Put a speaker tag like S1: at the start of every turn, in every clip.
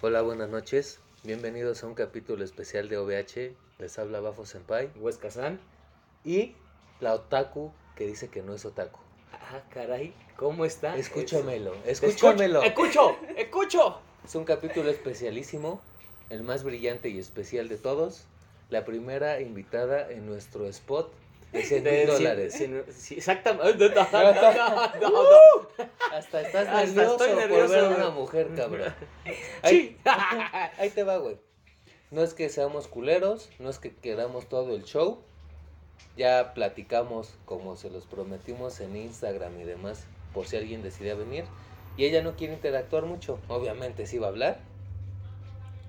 S1: Hola, buenas noches. Bienvenidos a un capítulo especial de OVH. Les habla Bafo Senpai
S2: Huesca San.
S1: y la otaku que dice que no es otaku.
S2: Ah, caray, ¿cómo está?
S1: Escúchamelo,
S2: Ah, Eso.
S1: escúchamelo.
S2: Escucho, escucho.
S1: Es un capítulo especialísimo, el más brillante y especial de todos. La primera invitada en nuestro spot de 100
S2: Eh,
S1: mil dólares.
S2: exactamente. No, no, no, no.
S1: Uh. Hasta estás
S2: Hasta
S1: nervioso,
S2: estoy
S1: por
S2: nervioso,
S1: ver a
S2: güey.
S1: una mujer, cabrón.
S2: Sí.
S1: Ahí te va, güey. No es que seamos culeros, no es que queramos todo el show. Ya platicamos como se los prometimos en Instagram y demás, por si alguien decidía venir. Y ella no quiere interactuar mucho, obviamente sí va a hablar.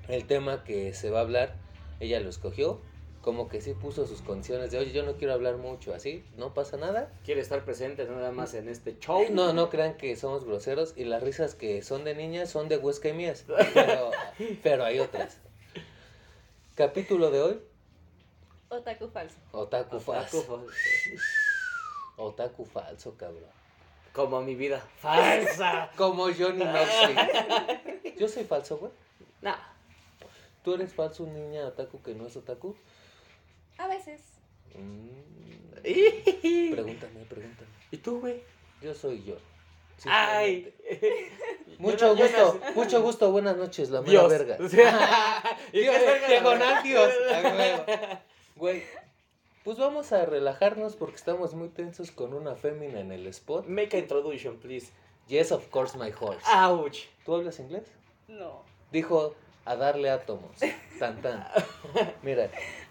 S1: El tema que se va a hablar, ella lo escogió. Como que sí puso sus condiciones de, oye, yo no quiero hablar mucho, así, no pasa nada.
S2: Quiere estar presente nada más en este show.
S1: No, no crean que somos groseros y las risas que son de niñas son de Huesca y mías. Pero, pero hay otras. Capítulo de hoy,
S3: Otaku falso.
S2: ah,
S1: Otaku, falso.
S2: Otaku,
S1: Otaku falso, cabrón.
S2: Como mi vida. Falsa.
S1: Como Johnny Knoxville. Yo soy falso, güey.
S2: No.
S1: ¿Tú eres falso, un niña otaku que no es otaku?
S3: A veces.
S1: Mm,
S2: ¿Y
S1: pregúntame, pregúntame.
S2: tú, güey?
S1: Yo soy yo.
S2: Ay.
S1: Mucho
S2: Yo no- yo no-
S1: gusto, mucho gusto, buenas noches, la mera
S2: Dios.
S1: verga.
S2: O sea, y que
S1: Dios,
S2: salga la
S1: diagonal,
S2: verga.
S1: Dios. A huevo. Güey, pues vamos a relajarnos porque estamos muy tensos con una fémina en el spot.
S2: Make a introduction, please.
S1: Yes, of course, my horse.
S2: Ah. Ouch.
S1: ¿Tú hablas inglés?
S3: No.
S1: Dijo, a darle átomos. Tan, tan. Mira,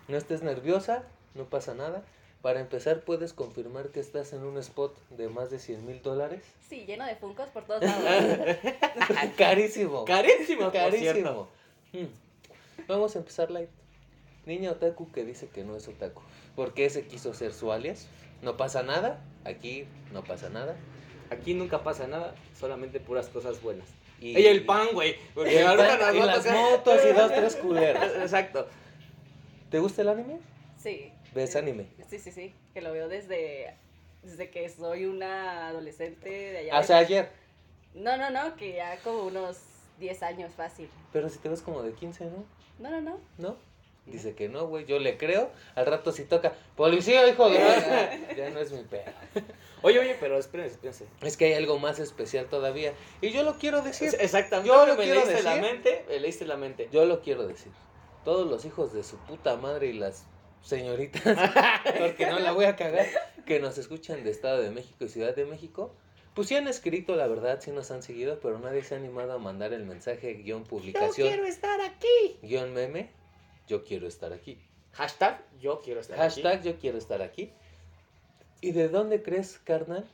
S1: no estés nerviosa, no pasa nada. Para empezar, puedes confirmar que estás en un spot de más de 100 mil dólares.
S3: Sí, lleno de funcos por todos lados.
S1: Carísimo.
S2: Carísimo, carísimo.
S1: Carísimo. Mm. Vamos a empezar light. Niña otaku que dice que no es otaku. Porque ese quiso ser su alias. No pasa nada. Aquí no pasa nada.
S2: Aquí nunca pasa nada, solamente puras cosas buenas.
S1: Y,
S2: Y, el pan, güey.
S1: Y,
S2: Porque
S1: el pan,
S2: ahorita nos
S1: y
S2: va a
S1: las
S2: tocar-
S1: motos y dos, tres culeras.
S2: ¿eh? Exacto.
S1: ¿Te gusta el anime?
S3: Sí.
S1: ¿Ves anime?
S3: Sí, sí, sí. Que lo veo desde, desde que soy una adolescente de allá.
S1: Ah, O
S3: de-
S1: sea, ayer.
S3: No, no, no, que ya como unos 10 años fácil.
S1: Pero si te ves como de 15, ¿no?
S3: No, no, no.
S1: ¿No? Dice que no, güey. Yo le creo. Al rato si toca. Policía, hijo de... Ya, ya no es mi pedo.
S2: Oye, oye, pero espérense, espérense.
S1: Es que hay algo más especial todavía. Y yo lo quiero decir.
S2: Exactamente.
S1: Yo lo
S2: me
S1: quiero
S2: leíste la
S1: decir.
S2: mente, me leíste la mente.
S1: Yo lo quiero decir. Todos los hijos de su puta madre y las señoritas, porque no la voy a cagar, que nos escuchan de Estado de México y Ciudad de México, pues sí han escrito, la verdad, sí nos han seguido, pero nadie se ha animado a mandar el mensaje guión publicación,
S2: estar aquí.
S1: guión meme, yo quiero estar aquí.
S2: Hashtag yo quiero estar aquí.
S1: Hashtag yo quiero estar aquí. ¿Y de dónde crees, carnal,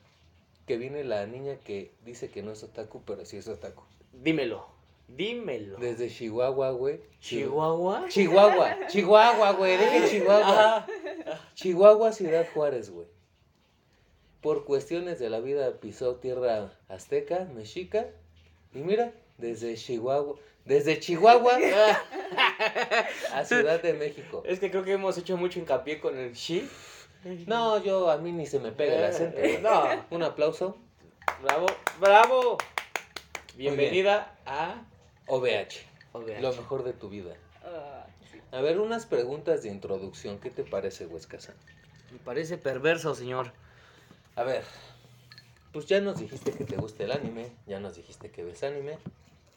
S1: que viene la niña que dice que no es otaku, pero sí es otaku?
S2: Dímelo. Dímelo.
S1: Desde Chihuahua, güey.
S2: Chihuahua.
S1: Chihuahua, Chihuahua, güey, deje Chihuahua.
S2: Ajá.
S1: Chihuahua, Ciudad Juárez, güey. Por cuestiones de la vida pisó tierra azteca, mexica. Y mira, desde Chihuahua, desde Chihuahua a Ciudad de México.
S2: Es que creo que hemos hecho mucho hincapié con el chi. Eh,
S1: No, yo a mí ni se me pega el acento. güey.
S2: No.
S1: Un aplauso,
S2: Bravo, bravo.
S1: bien.
S2: Bienvenida a
S1: OVH,
S2: OVH.
S1: lo mejor de tu vida.
S3: Ah, sí.
S1: A ver, unas preguntas de introducción. ¿Qué te parece, Huescazán?
S2: Me parece perverso, señor.
S1: A ver, pues ya nos dijiste que te gusta el anime, ya nos dijiste que ves anime.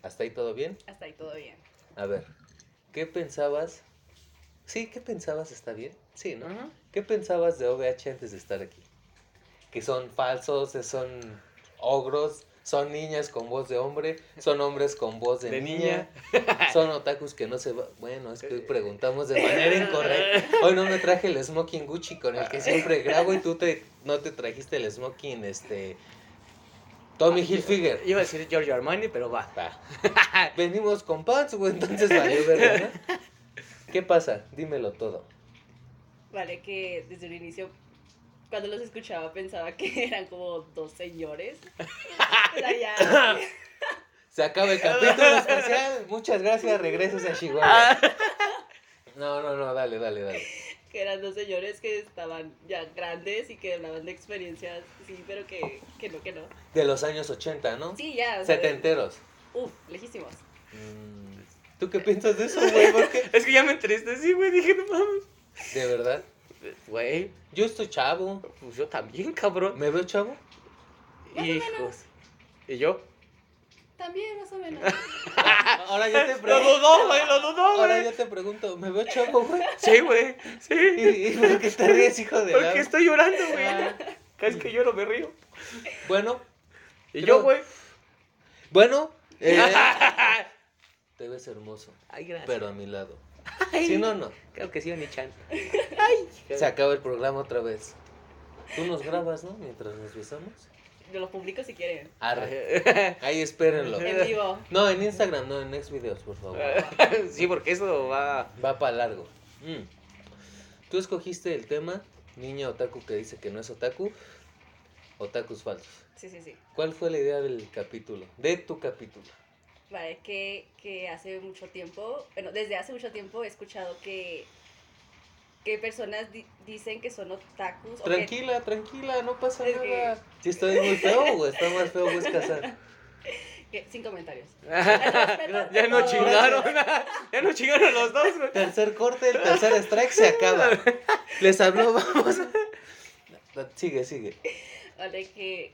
S1: ¿Hasta ahí todo bien?
S3: Hasta ahí todo bien.
S1: A ver, ¿qué pensabas? Sí, ¿qué pensabas? ¿Está bien? Sí, ¿no?
S2: Ajá.
S1: ¿Qué pensabas de OVH antes de estar aquí? Que son falsos, eh, son ogros, son niñas con voz de hombre, son hombres con voz de,
S2: De
S1: niña, son otakus que no se va... Bueno, es que hoy preguntamos de manera incorrecta. Hoy no me traje el smoking Gucci con el que siempre grabo y tú te, no te trajiste el smoking, este... Tommy Hilfiger.
S2: Iba a decir Giorgio Armani, pero va.
S1: Va. Venimos con pants, güey, entonces valió verga, ¿no? ¿Qué pasa? Dímelo todo.
S3: Vale, que desde el inicio, cuando los escuchaba, pensaba que eran como dos señores. O sea, ya.
S1: Se acaba el capítulo especial. Muchas gracias, regresas a
S2: Ah.
S1: Chihuahua. No, no, no, dale, dale, dale.
S3: que eran dos señores que estaban ya grandes y que hablaban de experiencias, sí, pero que, que no, que no.
S1: De los años 80, ¿no?
S3: Sí, ya. o sea,
S1: Setenteros.
S3: Uf, lejísimos.
S1: Mm, ¿Tú qué piensas de eso, güey? Porque,
S2: Es que ya me entristecí, güey. Dije, no mames.
S1: de verdad,
S2: Güey,
S1: yo estoy chavo.
S2: pues yo también, cabrón.
S1: ¿Me veo chavo?
S3: Más o menos.
S2: Hijos. ¿Y yo?
S3: También, más o menos.
S1: Ahora yo te
S2: Lo
S1: pregunto.
S2: dudó, güey, lo dudó,
S1: Ahora
S2: güey.
S1: yo te pregunto, ¿me veo chavo, güey?
S2: Sí, güey, sí.
S1: ¿Y, y por qué te ríes, hijo de la...
S2: Porque estoy llorando, güey.
S1: Ah,
S2: Es que yo no me río.
S1: Bueno,
S2: Y
S1: Creo-
S2: yo, güey.
S1: bueno, eh, te ves hermoso,
S2: Ay, gracias.
S1: pero a mi lado.
S2: Ay,
S1: Si no, no.
S2: Creo que sí, Oni-chan.
S1: Se acaba el programa otra vez. Tú nos grabas, ¿no? Mientras nos besamos.
S3: Yo lo publico si quieren.
S1: Arre. Ahí espérenlo.
S3: En vivo.
S1: No, en Instagram, no, en Next Videos, por favor.
S2: Sí, porque eso va.
S1: Va para largo. Mm. Tú escogiste el tema, niña otaku que dice que no es otaku, otakus falsos.
S3: Sí, sí, sí.
S1: ¿Cuál fue la idea del capítulo? De tu capítulo.
S3: Vale, que, que hace mucho tiempo, bueno, desde hace mucho tiempo he escuchado que, que personas di- dicen que son otakus. o que-
S1: Tranquila, tranquila, no pasa
S3: Es que-
S1: nada. Si estoy muy feo, güey, está más feo, güey, casar.
S3: que- sin comentarios.
S2: Ya no chingaron. Ya no chingaron los dos, güey.
S1: Tercer corte, el tercer strike se acaba. Les habló, vamos. Sigue, sigue.
S3: Vale, que,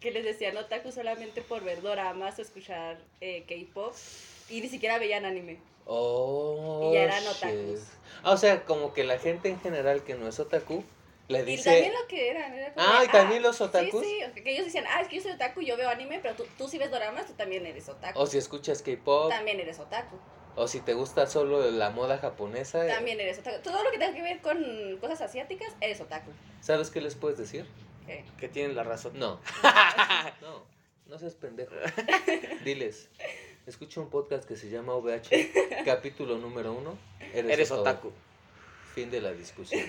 S3: que les decían otaku solamente por ver doramas o escuchar eh, K-pop y ni siquiera veían anime.
S1: Oh.
S3: Y ya eran
S1: shit.
S3: otakus.
S1: Ah, o sea, como que la gente en general que no es otaku le
S3: Y
S1: dice.
S3: también lo que eran. Era como,
S1: Ah,
S3: de,
S1: ¿y también los otakus?
S3: Sí, sí, que ellos decían, ah, es que yo soy otaku y yo veo anime, pero tú, tú sí ves doramas, tú también eres otaku.
S1: O si escuchas K-pop,
S3: También eres otaku.
S1: o si te gusta solo la moda japonesa. eh,
S3: También eres otaku. Todo lo que tenga que ver con cosas asiáticas, eres otaku. Eh,
S1: ¿Sabes qué les puedes decir?
S3: ¿Qué?
S2: Que tienen la razón.
S1: No. No, no seas pendejo. Diles, escucha un podcast que se llama OVH, capítulo número uno. Eres,
S2: Eres otaku.
S1: Fin de la discusión.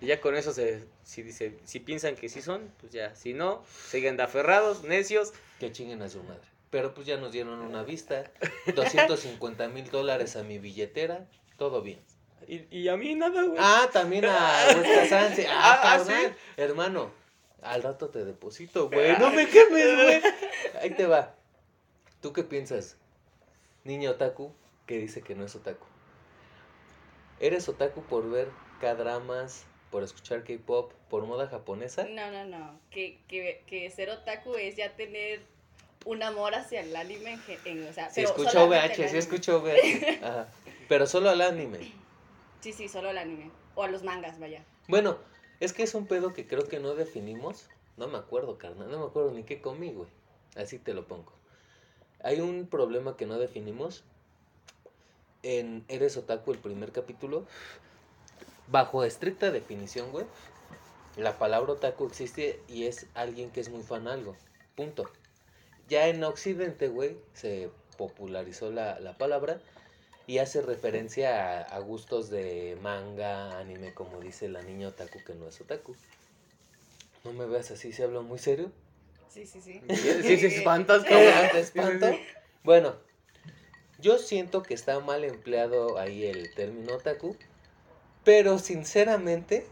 S2: Y ya con eso se, si dice, si piensan que sí son, pues ya, si no, siguen de aferrados, necios.
S1: Que chinguen a su madre. Pero pues ya nos dieron una vista, 250 mil dólares a mi billetera, todo bien.
S2: Y, y a mí nada, güey.
S1: Ah, también a Huesca Sánchez. Ah,
S2: Ah, ah,
S1: carnal.
S2: ¿sí? Ah.
S1: Hermano, al rato te deposito, güey. No me quemes, güey. Ahí te va. ¿Tú qué piensas? Niña otaku que dice que no es otaku. ¿Eres otaku por ver K-dramas, por escuchar K-pop, por moda japonesa?
S3: No, no, no. Que, que, que ser otaku es ya tener un amor hacia el anime. En, ge- en- o sea,
S1: Si
S3: pero
S1: escucho
S3: solamente el
S1: VH, si
S3: anime.
S1: escucho VH. Ajá. Pero solo al anime.
S3: Sí, sí, solo el anime. O a los mangas, vaya.
S1: Bueno, es que es un pedo que creo que no definimos. No me acuerdo, carnal. No me acuerdo ni qué comí, güey. Así te lo pongo. Hay un problema que no definimos. En Eres Otaku, el primer capítulo. Bajo estricta definición, güey. La palabra otaku existe y es alguien que es muy fan a algo. Punto. Ya en Occidente, güey, se popularizó la, la palabra y hace referencia a, a gustos de manga, anime, como dice la niña otaku que no es otaku. No me veas así, se habla muy serio.
S3: Sí, sí, sí.
S2: Sí, se espantas,
S1: Cabrón,
S2: cabrón.
S1: te espanto. Bueno, yo siento que está mal empleado ahí el término otaku, pero sinceramente,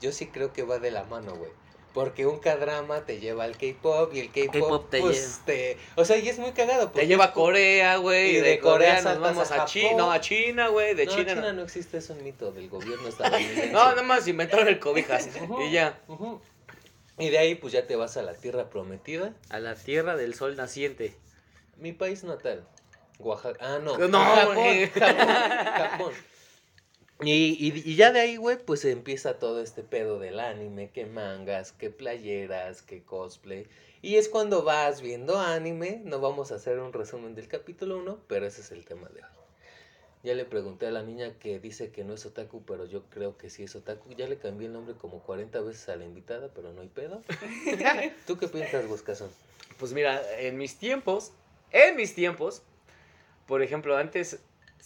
S1: yo sí creo que va de la mano, güey. Porque un K-drama te lleva al K-pop y el K-pop
S2: K-pop
S1: te
S2: te
S1: pues, te- O sea, y es muy cagado.
S2: Te
S1: porque
S2: lleva
S1: es
S2: a
S1: como-
S2: Corea, güey.
S1: Y
S2: Y
S1: de
S2: de
S1: Corea
S2: Corea nos
S1: saltas
S2: vamos
S1: a
S2: a
S1: Japón.
S2: China. a China, güey. De
S1: No,
S2: China. no.
S1: no existe, es un mito del gobierno estadounidense.
S2: No, nada más inventaron el cobijas.
S1: Ujú,
S2: y ya.
S1: ujú. Y de ahí pues ya te vas a la tierra prometida,
S2: A la tierra del sol naciente.
S1: mi país natal, Oaxaca. Ah, no.
S2: No,
S1: Japón,
S2: güey.
S1: Japón, Japón. Y, y- y ya de ahí, güey, pues empieza todo este pedo del anime, que mangas, que playeras, que cosplay. Y es cuando vas viendo anime, no vamos a hacer un resumen del capítulo 1, pero ese es el tema de hoy. Ya le pregunté a la niña que dice que no es otaku, pero yo creo que sí es otaku. Ya le cambié el nombre como 40 veces a la invitada, pero no hay pedo. ¿Tú qué piensas, Buscazón?
S2: Pues mira, en mis tiempos, en mis tiempos, por ejemplo, antes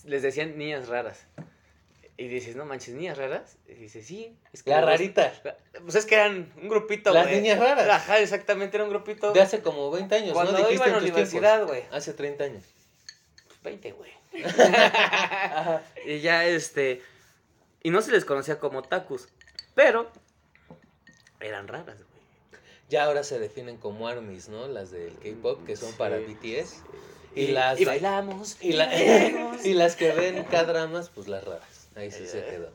S2: les decían niñas raras. Y dices, no manches, niñas raras. Y dices, sí, es que.
S1: La
S2: me gusta".
S1: rarita,
S2: Pues es que eran un grupito,
S1: las
S2: güey.
S1: niñas raras.
S2: Ajá, exactamente, era un grupito.
S1: De hace como 20 años,
S2: cuando
S1: ¿no?
S2: iba
S1: Dijiste
S2: a la
S1: en tus tiempos.
S2: universidad, güey.
S1: Hace 30 años.
S2: 20, güey.
S1: Ajá.
S2: Y ya este. Y no se les conocía como tacos. Pero. Eran raras, güey.
S1: Ya ahora se definen como ARMYs, ¿no? Las del K-pop, que son para
S2: Sí.
S1: BTS. Y, las,
S2: y bailamos.
S1: y la- y las que ven K-dramas, pues las raras. Ahí sí se quedó.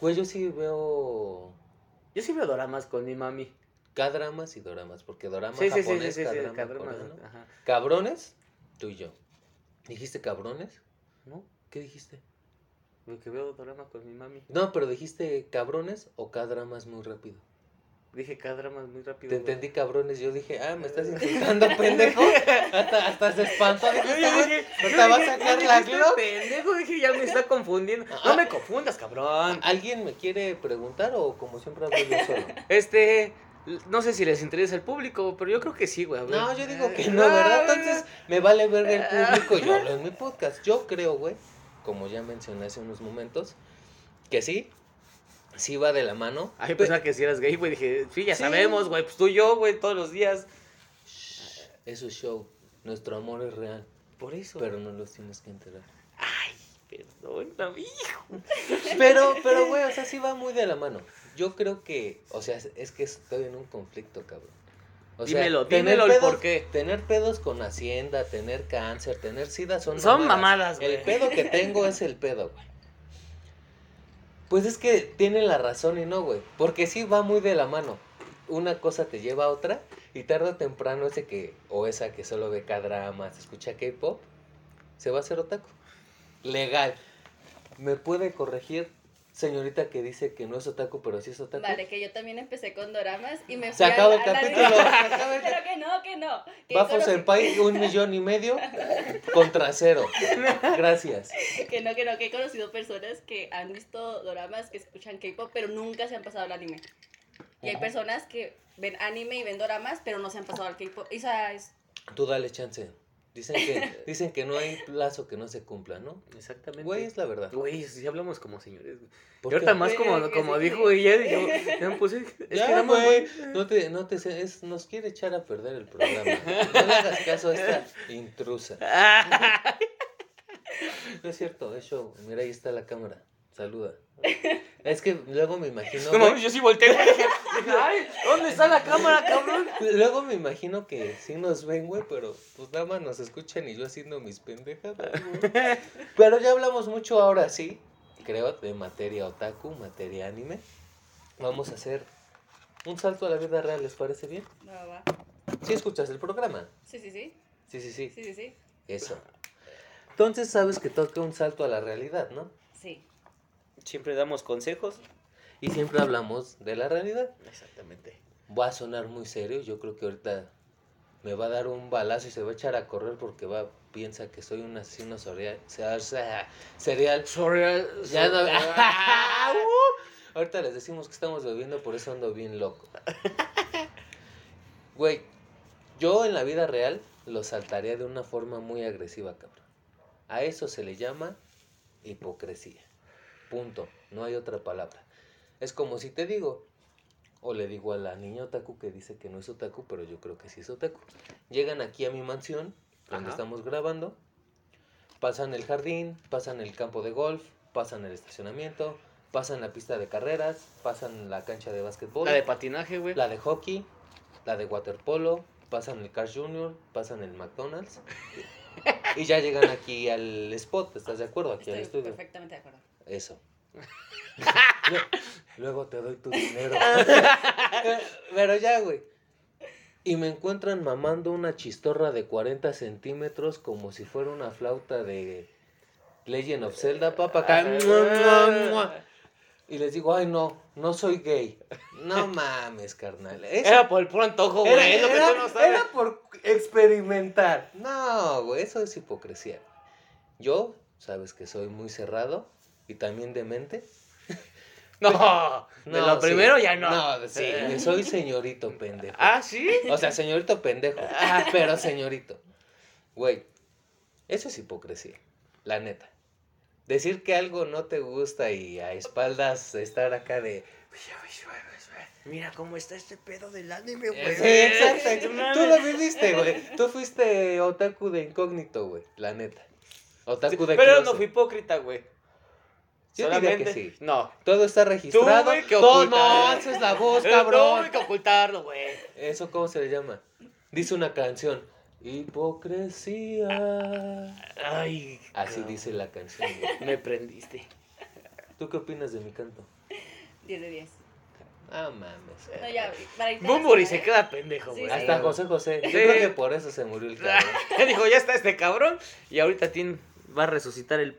S1: Güey, yo sí veo
S2: Yo sí veo doramas con mi mami.
S1: K-dramas y doramas, porque dorama
S2: Sí, sí, sí, sí,
S1: japonés,
S2: sí, sí,
S1: K-drama
S2: cadramas,
S1: coreano.
S2: ajá.
S1: Cabrones, tú y yo. ¿Dijiste cabrones?
S2: ¿No?
S1: ¿Qué dijiste?
S2: Porque veo doramas con mi mami.
S1: No, pero dijiste cabrones o K-dramas muy rápido.
S2: Dije cadramas muy rápido.
S1: Te
S2: güey.
S1: entendí cabrones, yo dije, ah, me estás insultando, pendejo. Hasta, hasta se espantó. Dijo,
S2: Yo
S1: "Este güey
S2: dije,
S1: ¿no
S2: yo
S1: te va a
S2: dije,
S1: sacar
S2: yo
S1: la
S2: dije, este
S1: Glock?"
S2: Pendejo, dije, ya me está confundiendo. No me confundas, cabrón.
S1: ¿Alguien me quiere preguntar o como siempre hablo yo solo?
S2: Este, no sé si les interesa al público, pero yo creo que sí, güey. a ver.
S1: No, yo digo que no, ¿verdad? Entonces Ah. me vale verga el público, yo hablo en mi podcast. Yo creo, güey, como ya mencioné hace unos momentos, que sí, sí va de la mano.
S2: Ay,
S1: pe-
S2: pensaba que si eras gay, güey. Dije, pues, sí, ya
S1: Sí.
S2: sabemos, güey. Pues tú y yo, güey, todos los días.
S1: es su show, nuestro amor es real,
S2: Por eso.
S1: pero no los tienes que enterar.
S2: Ay, perdóname.
S1: Pero, pero, güey, o sea, sí va muy de la mano. Yo creo que, o sea, es- es que estoy en un conflicto, cabrón. O sea,
S2: Dímelo,
S1: tener
S2: dímelo el
S1: pedos-
S2: porqué.
S1: Tener pedos con Hacienda, tener cáncer, tener SIDA son
S2: Son mamadas, güey.
S1: El pedo que tengo es el pedo, güey. Pues es que tiene la razón y no, güey. Porque sí va muy de la mano. Una cosa te lleva a otra y tarde o temprano ese que, o esa que solo ve K-dramas, escucha K-pop, se va a hacer otaku. Legal. ¿Me puede corregir, señorita que dice que no es otaku, pero sí es otaku?
S3: Vale, que yo también empecé con doramas y me fui
S1: Se acaba
S3: al-
S1: el
S3: al
S1: capítulo.
S3: árbitro.
S1: se acaba el
S3: Pero que no, que no. Que
S1: Bafo
S3: conocí-
S1: Senpai, un millón y medio contra cero. Gracias.
S3: Que no, que no, que he conocido personas que han visto doramas, que escuchan K-pop, pero nunca se han pasado al anime. Y hay
S1: Ujú.
S3: personas que ven anime y ven doramas, pero no se han pasado al K-pop. Y, o sea, es-
S1: Tú dale chance. Dicen que, dicen que no hay plazo que no se cumpla, ¿no?
S2: Exactamente.
S1: Güey, es la verdad.
S2: Güey, si hablamos como señores. güey.
S1: ¿Por
S2: Y ahorita
S1: qué?
S2: más como,
S3: Güey,
S2: como
S3: sí,
S2: dijo
S3: sí.
S2: ella, yo, ya me puse. Es
S1: Ya,
S2: que no
S1: güey,
S2: güey.
S1: no te, no te, se- es- nos quiere echar a perder el programa. No le hagas caso a esta intrusa. Ah. No es cierto, es show. Mira, ahí está la cámara. Saluda. Es que luego me imagino.
S2: No
S1: güey,
S2: mames, yo sí volteé, güey. Dije, Ay, ¿dónde está la cámara, cabrón?
S1: Luego me imagino que sí nos ven, güey, pero pues nada más nos escuchan y yo haciendo mis pendejadas, güey. Pero ya hablamos mucho ahora sí, creo, de materia otaku, materia anime. Vamos a hacer un salto a la vida real, ¿les parece bien?
S3: no va.
S1: Sí escuchas el programa.
S3: Sí, sí, sí.
S1: Sí, sí, sí.
S3: Sí, sí, sí.
S1: Eso. Entonces sabes que toca un salto a la realidad, ¿no?
S3: Sí.
S2: Siempre damos consejos.
S1: Y siempre hablamos de la realidad.
S2: Exactamente.
S1: Va a sonar muy serio, yo creo que ahorita me va a dar un balazo y se va a echar a correr porque va piensa que soy un asesino serial. sea- sea- serial.
S2: Sorry.
S1: Ya no-
S2: Ah, uh.
S1: Ahorita les decimos que estamos bebiendo, por eso ando bien loco. Güey, yo en la vida real lo saltaría de una forma muy agresiva, cabrón. A eso se le llama hipocresía. Punto. No hay otra palabra. Es como si te digo, o le digo a la niña otaku que dice que no es otaku, pero yo creo que sí es otaku. Llegan aquí a mi mansión, donde
S2: Ajá.
S1: estamos grabando, pasan el jardín, pasan el campo de golf, pasan el estacionamiento, pasan la pista de carreras, pasan la cancha de básquetbol,
S2: eh. La de patinaje, güey.
S1: la de hockey, la de waterpolo, pasan el Cars Junior, pasan el McDonald's. Y ya llegan aquí al spot, ¿estás de acuerdo? Aquí al
S3: Estoy
S1: estudio.
S3: perfectamente de acuerdo.
S1: Eso. Luego te doy tu dinero. Pero ya, güey. Y me encuentran mamando una chistorra de 40 centímetros como si fuera una flauta de Legend of Zelda, papá. Acá, mua, mua, mua. Y les digo, ay, no, no soy gay. No mames, carnal. Eso-
S2: Era por el puro antojo, güey. es lo que tú no sabes.
S1: era por experimentar. No, güey, eso es hipocresía. Yo, sabes que soy muy cerrado y también demente.
S2: No, de lo
S1: sí.
S2: primero ya no.
S1: No, sí,
S2: Eh.
S1: soy señorito pendejo.
S2: Ah, sí.
S1: O sea, señorito pendejo,
S2: Ah,
S1: pero señorito. Güey, eso es hipocresía, la neta. Decir que algo no te gusta y a espaldas estar acá de...
S2: Mira cómo está este pedo del anime, güey.
S1: pues, Sí, exacto. Tú lo viviste, güey. Tú fuiste otaku de incógnito, güey. La neta. Otaku de
S2: Pero no
S1: closet.
S2: fui hipócrita, güey.
S1: Yo diría que sí.
S2: No.
S1: Todo está registrado.
S2: güey, que
S1: Todo
S2: oculta,
S1: no
S2: eh.
S1: alces la voz,
S2: No,
S1: cabrón.
S2: hay que ocultarlo, güey.
S1: ¿Eso cómo se le llama? Dice una canción. Hipocresía.
S2: Ay.
S1: Así
S2: cabrón.
S1: dice la canción. güey.
S2: Me prendiste.
S1: ¿Tú qué opinas de mi canto?
S3: 10 de 10.
S1: Ah, mames.
S3: No, ya, para
S2: Bumburi
S3: internacionales.
S2: se queda pendejo,
S3: ¿eh? Sí,
S2: güey.
S3: sí.
S1: Hasta José José. Yo
S2: Sí.
S1: creo que por eso se murió el cabrón.
S2: Dijo, ya está este cabrón. Y ahorita tiene, va a resucitar el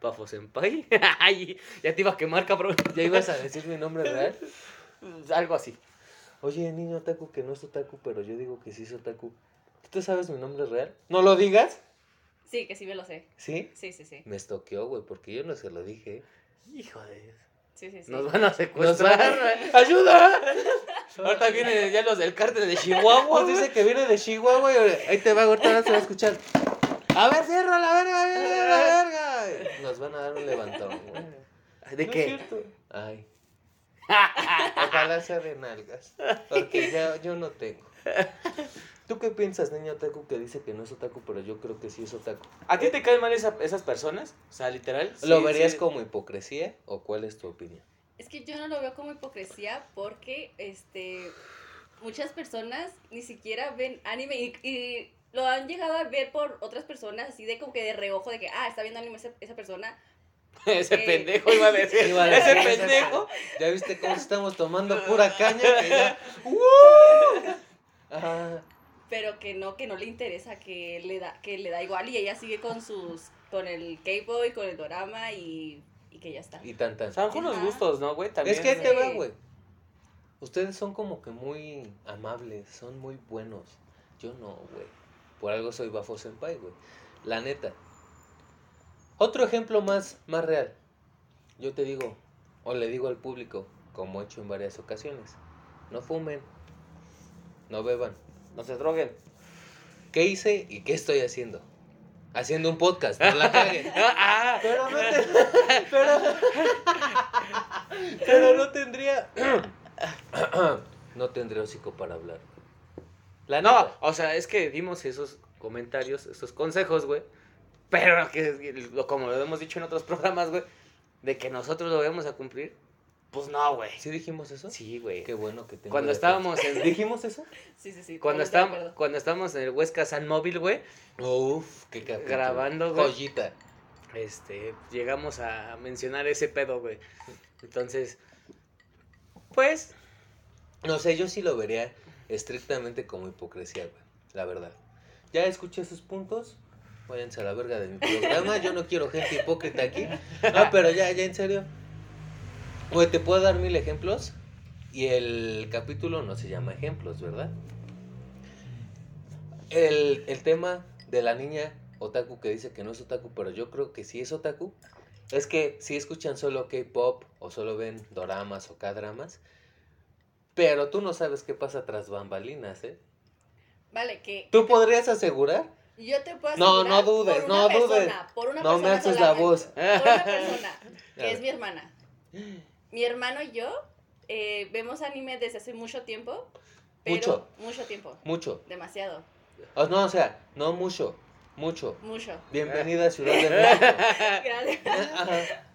S2: Pafo Senpai. Ay, ya te iba a quemar, cabrón.
S1: ¿Ya ibas a decir mi nombre real?
S2: Algo así.
S1: Oye, niño otaku que no es otaku, pero yo digo que sí es otaku. ¿Tú te sabes mi nombre real? ¿No lo digas?
S3: ¿eh? Sí, que sí me lo sé.
S1: ¿Sí?
S3: Sí, sí, sí.
S1: Me estoqueó, güey, porque yo no se lo dije.
S2: Hijo de Dios.
S3: Sí, sí, sí.
S2: Nos van a
S1: Nos van
S2: secuestrar.
S1: a- ¡Ayuda!
S2: Ahorita vienen ya los del cártel de Chihuahua.
S1: Nos dice que viene de Chihuahua y ahí te va, ahorita ahora se va a escuchar. A ver, cierra la verga, verga, la verga. Nos van a dar un levantón, güey.
S2: ¿De
S1: No es
S2: qué?
S1: cierto. Ay. Ojalá sea de nalgas. Porque ya yo no tengo. ¿Tú qué piensas, niño otaku, que dice que no es otaku, pero yo creo que sí es otaku?
S2: ¿A ti te caen mal esa- esas personas? O sea, literal.
S1: ¿Lo
S2: sí,
S1: verías
S2: sí.
S1: como hipocresía o cuál es tu opinión?
S3: Es que yo no lo veo como hipocresía porque este muchas personas ni siquiera ven anime y, y lo han llegado a ver por otras personas así de como que de reojo de que ah está viendo anime esa, esa persona
S2: Ese
S3: Eh.
S2: pendejo iba a decir.
S1: Iba a
S2: ese
S1: decir,
S2: pendejo.
S1: ¿Ya viste cómo estamos tomando pura caña? Que ya... ¡Uh! Ajá.
S3: pero que no que no le interesa que le da que le da igual y ella sigue con sus con el K-boy con el dorama y, y que ya está
S1: y tan tan.
S2: Son unos
S3: Ajá.
S2: gustos, ¿no, güey? También.
S1: Es que ahí
S2: ¿no?
S1: te va,
S3: Sí.
S1: güey. Ustedes son como que muy amables, son muy buenos. Yo no, güey. Por algo soy Bafo Senpai, güey. La neta. Otro ejemplo más, más real. Yo te digo, o le digo al público, como he hecho en varias ocasiones, no fumen, no beban.
S2: No se droguen.
S1: ¿Qué hice y qué estoy haciendo? Haciendo un podcast, no la caguen.
S2: Ah, ah.
S1: Pero no, te- pero, pero no tendría. no tendría hocico para hablar. La
S2: No,
S1: neta.
S2: o sea, es que dimos esos comentarios, esos consejos, güey. Pero que, lo- como lo hemos dicho en otros programas, güey, de que nosotros lo vamos a cumplir, pues no, güey.
S1: ¿Sí dijimos eso?
S2: Sí, güey.
S1: Qué bueno que tengo.
S2: Cuando
S1: la
S2: estábamos
S1: paz.
S2: en
S1: ¿Dijimos eso?
S3: sí sí sí
S2: cuando
S3: totalmente de
S2: estábamos
S3: acuerdo.
S2: cuando estábamos en el Huesca San Móvil, güey,
S1: Uf, qué capítulo.
S2: Grabando, güey.
S1: Joyita.
S2: este llegamos a mencionar ese pedo, güey. Entonces, pues
S1: No sé, yo sí lo vería estrictamente como hipocresía, güey. La verdad. Ya escuché sus puntos. Váyanse a la verga de mi programa. Yo no quiero gente hipócrita aquí. No, pero ya, ya en serio. Güey, te puedo dar mil ejemplos. Y el capítulo no se llama ejemplos, ¿verdad? El, el tema de la niña otaku que dice que no es otaku, pero yo creo que sí es otaku. Es que si escuchan solo K-pop o solo ven doramas o K-dramas, pero tú no sabes qué pasa tras bambalinas, ¿eh?
S3: vale que
S1: ¿Tú podrías asegurar?
S3: yo te puedo
S1: No,
S3: asegurar
S1: no dudes,
S3: por una
S1: no dudes.
S3: persona, por una
S1: No me
S3: persona
S1: haces la
S3: solamente.
S1: voz.
S3: por una persona,
S1: A
S3: que es
S1: ver.
S3: mi hermana. Mi hermano y yo eh, vemos anime desde hace mucho tiempo. Pero
S1: Mucho.
S3: mucho. tiempo.
S1: Mucho.
S3: Demasiado.
S1: O no, o sea, no mucho, mucho.
S3: Mucho.
S1: Bienvenida a Ciudad de México.
S3: Gracias.
S1: Ah. Ajá.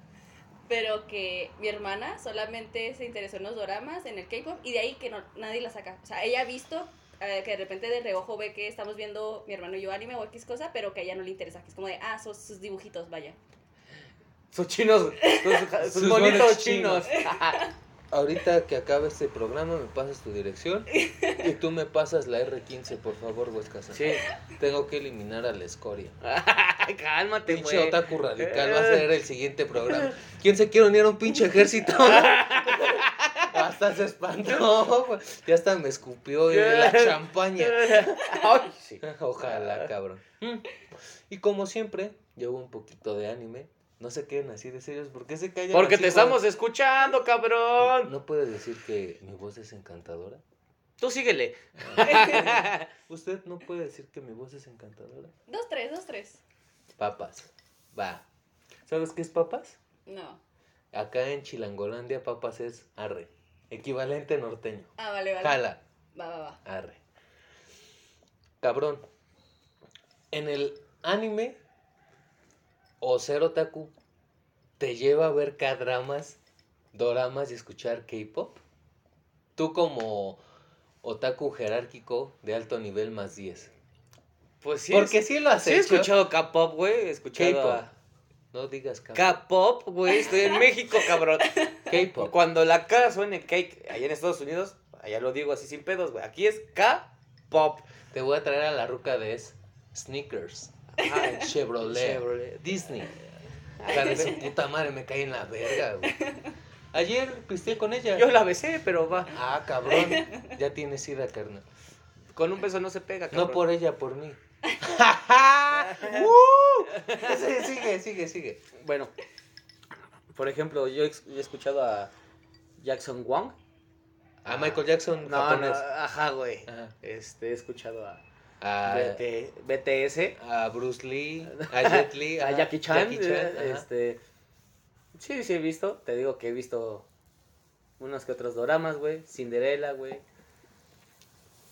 S3: Pero que mi hermana solamente se interesó en los doramas, en el K-pop, y de ahí que no, nadie la saca. O sea, ella ha visto eh, que de repente de reojo ve que estamos viendo mi hermano y yo anime o X cosa, pero que a ella no le interesa. Que es como de, ah, son sus dibujitos, vaya.
S2: sus chinos, sus, sus
S1: Sus
S2: bonitos
S1: monos
S2: chinos.
S1: chinos. Ahorita que acabe este programa me pasas tu dirección y tú me pasas la R15, por favor, Huescasa.
S2: sí.
S1: Tengo que eliminar a la escoria.
S2: Cálmate, güey.
S1: Pinche otaku radical va a ser el siguiente programa. ¿Quién se quiere unir a un pinche ejército? Hasta se espantó. güey. Ya hasta me escupió en la champaña.
S2: Ay, sí. Ah.
S1: Ojalá, cabrón. Y como siempre, llevo un poquito de anime. No se queden así de serios. ¿Por qué se callan?
S2: Porque
S1: así
S2: te
S1: cuando-
S2: estamos escuchando, cabrón.
S1: ¿No puede decir que mi voz es encantadora?
S2: Tú síguele.
S1: ¿Usted no puede decir que mi voz es encantadora?
S3: Dos, tres, dos, tres.
S1: Papas. Va. ¿Sabes qué es papas?
S3: No.
S1: Acá en Chilangolandia, papas es arre. Equivalente norteño.
S3: Ah, vale, vale.
S1: Jala.
S3: Va, va, va.
S1: Arre. Cabrón. En el anime o ser otaku te lleva a ver K-dramas, doramas y escuchar K-pop. Tú como otaku jerárquico de alto nivel más 10.
S2: Pues sí.
S1: Porque
S2: es-
S1: sí lo has
S2: sí he
S1: hecho.
S2: escuchado K-pop, güey. He escuchado a-
S1: No digas K-pop.
S2: K-pop, güey. Estoy en México, cabrón.
S1: K-pop.
S2: Cuando la K suene cake, allá en Estados Unidos, allá lo digo así sin pedos, güey. Aquí es K-pop.
S1: Te voy a traer a la ruca de es Sneakers.
S2: Ajá,
S1: Chevrolet.
S2: Chevrolet.
S1: Disney. La de su puta madre me cae en la verga, güey. Ayer pisté con ella.
S2: Yo la besé, pero va.
S1: Ah, cabrón. Ya tienes ida, carnal.
S2: Con un beso no se pega, Ah, cabrón.
S1: No por ella, por mí. Uh. Sí, sigue, sigue, sigue.
S2: Bueno, por ejemplo, yo he ex- yo he escuchado a Jackson Wang.
S1: A Michael Jackson,
S2: No, no,
S1: japonés.
S2: ajá, güey.
S1: Ajá.
S2: Este, he escuchado a
S1: A,
S2: BT BTS,
S1: a Bruce Lee, a Jet Lee,
S2: a
S1: ajá,
S2: Jackie Chan. eh,
S1: ajá.
S2: este, sí, sí he visto. Te digo que he visto unos que otros doramas, güey. Cinderella, güey.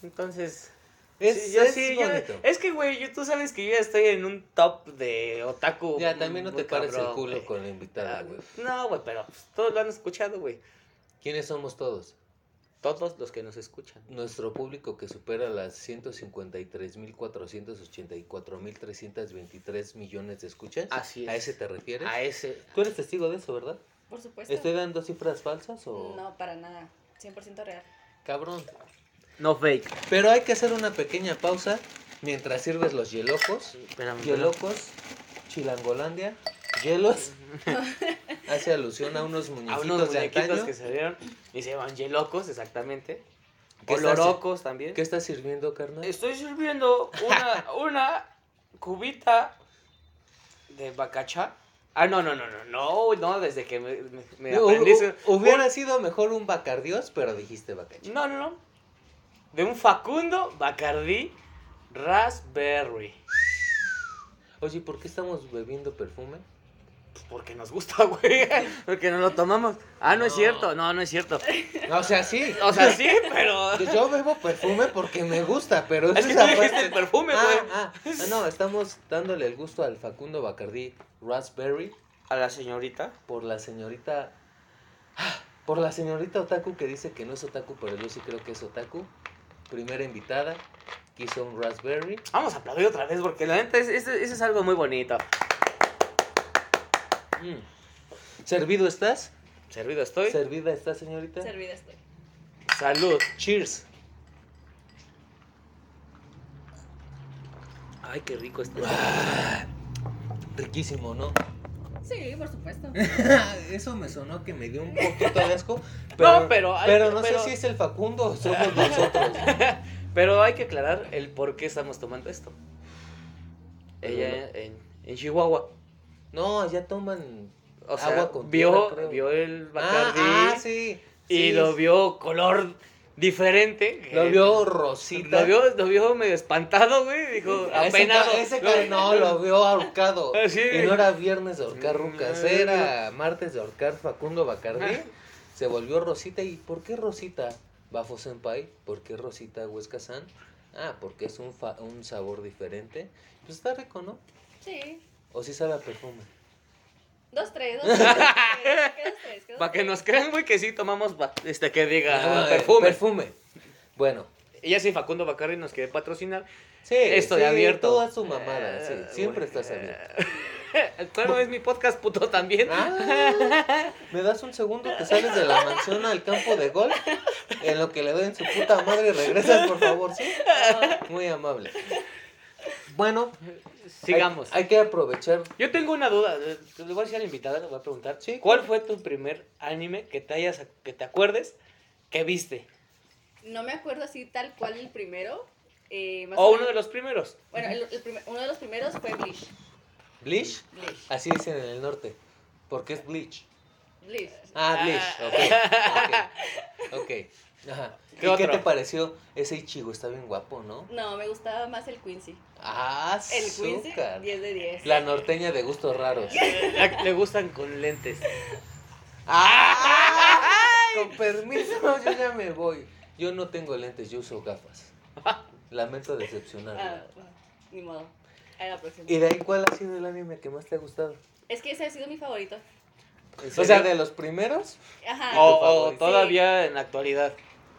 S2: Entonces,
S1: Es,
S2: sí, yo
S1: es
S2: sí, yo-
S1: bonito.
S2: es que, güey, yo- tú sabes que yo ya estoy en un top de otaku.
S1: Ya, también no
S2: muy
S1: te pares el
S2: cabrón,
S1: culo
S2: güey. Ah,
S1: con la invitada, güey.
S2: No, güey, pero pues, todos lo han escuchado, güey.
S1: ¿Quiénes somos todos?
S2: Todos los que nos escuchan.
S1: Nuestro público que supera las 153.484.323 millones de escuchas.
S2: Así
S1: ¿A
S2: es.
S1: ese te refieres?
S2: A ese.
S1: Tú eres testigo de eso, ¿verdad?
S3: Por supuesto.
S1: ¿Estoy dando cifras falsas o...?
S3: No, para nada. 100% real.
S1: Cabrón.
S2: No fake.
S1: Pero hay que hacer una pequeña pausa mientras sirves los hielocos.
S2: Espérame.
S1: Hielocos, Chilangolandia, hielos. Hace alusión a unos
S2: A
S1: muñequitos,
S2: unos
S1: de
S2: muñequitos
S1: antaño.
S2: que salieron y se llaman Yelocos, exactamente.
S1: ¿Qué
S2: O
S1: estás-
S2: Lorocos también.
S1: ¿Qué estás sirviendo, carnal?
S2: Estoy sirviendo una, una cubita de bacachá. Ah, no, no, no, no, no, no, desde que me, me- me
S1: Hu-
S2: aprendí
S1: hu-
S2: su-
S1: hubiera sido mejor un Bacardios, pero dijiste Bacacho.
S2: No, no, no. De un Facundo Bacardí Raspberry.
S1: Oye, ¿por qué estamos bebiendo perfume?
S2: Pues Porque nos gusta, güey. Porque no lo tomamos. Ah, no, es
S1: No.
S2: cierto. No, no es cierto.
S1: No, o sea, sí. Pues
S2: O sea, sí, pero.
S1: Yo- Yo bebo perfume porque me gusta, pero esa
S2: Es que
S1: es
S2: tú
S1: la
S2: dijiste
S1: parte-
S2: el perfume, güey.
S1: Ah, ah, ah, no, estamos dándole el gusto al Facundo Bacardí Raspberry
S2: A la señorita.
S1: por la señorita. ah, Por la señorita Otaku que dice que no es Otaku, pero yo sí creo que es Otaku. Primera invitada, quiso un Raspberry.
S2: Vamos a aplaudir otra vez porque la neta, es- es- eso es algo muy bonito.
S1: Mm. ¿Servido estás?
S2: Servido estoy.
S1: ¿Servida estás, señorita?
S3: Servida estoy.
S2: Salud.
S1: Cheers.
S2: Ay, qué rico este.
S1: Riquísimo, ¿no?
S3: Sí, por supuesto.
S1: Eso me sonó que me dio un poquito de asco. Pero,
S2: No, pero hay-
S1: pero no
S2: pero-
S1: sé si es el Facundo o somos nosotros.
S2: Pero hay que aclarar el por qué estamos tomando esto. Ella en, en Chihuahua.
S1: No, ya toman.
S2: O sea,
S1: Agua con
S2: vio,
S1: tierra, creo.
S2: vio el
S1: Ah,
S2: Bacardí
S1: ah, sí.
S2: y
S1: sí.
S2: lo vio color diferente. que-
S1: Lo vio Rosita.
S2: Lo vio, lo vio medio espantado, güey. Dijo,
S1: Ah, ese
S2: apenado.
S1: ca- Ese, ca- no, lo vio ahorcado.
S2: Ah, sí.
S1: Y no era viernes de ahorcar rucas,
S2: Mm.
S1: era martes de ahorcar Facundo Bacardí.
S2: Ajá.
S1: Se volvió Rosita. ¿Y por qué Rosita? Bafo Senpai. ¿Por qué Rosita Huesca San? Ah, porque es un, fa- un sabor diferente. Pues está rico, ¿no?
S3: Sí.
S1: O sí sabe a perfume.
S3: Dos, tres, dos, tres. dos, tres, dos,
S2: Para que
S3: tres.
S2: nos crean, güey, que sí tomamos ba- este que diga
S1: Ah, eh,
S2: perfume.
S1: perfume. Bueno.
S2: Ella sí, Facundo Bacardi nos quiere patrocinar.
S1: Sí,
S2: Estoy
S1: sí,
S2: abierto.
S1: Toda su mamada, sí. Siempre estás abierto.
S2: abierto. claro, es mi podcast puto también.
S1: Ah, ¿Me das un segundo que sales de la mansión al campo de golf? En lo que le doy en su puta madre y regresas, por favor, ¿sí? Muy amable. Bueno, hay-
S2: Sigamos.
S1: Hay, que aprovechar.
S2: Yo tengo una duda. eh, Le voy a decir a la invitada, le voy a preguntar.
S1: Sí.
S2: ¿Cuál fue tu primer anime que te, hayas, que te acuerdes que viste?
S3: No me acuerdo así tal cual el primero. eh, más
S2: O
S3: menos-
S2: uno de los primeros.
S3: Bueno, el- el primer- uno de los primeros fue Bleach.
S1: ¿Bleach?
S3: Bleach.
S1: Así dicen en el norte. ¿Por qué es bleach?
S3: Bleach.
S1: Ah, bleach. Ok. Ok. ok. Ajá.
S2: ¿Qué
S1: ¿Y qué
S2: otro?
S1: te pareció? Ese Ichigo está bien guapo, ¿no?
S3: No, me gustaba más el Quincy.
S1: Ah,
S3: El Quincy,
S1: azúcar.
S3: 10 de 10.
S1: La norteña de gustos raros.
S2: La que Le gustan con lentes.
S1: Ah, Con permiso, yo ya me voy. Yo no tengo lentes, yo uso gafas. Lamento
S3: Ah,
S1: decepcionarla.
S3: bueno, ni modo. A la próxima.
S1: ¿Y de ahí cuál ha sido el anime que más te ha gustado?
S3: Es que ese ha sido mi favorito.
S1: O sea, de los primeros.
S3: Ajá.
S2: O, o
S1: Oh, Sí.
S2: todavía en la actualidad.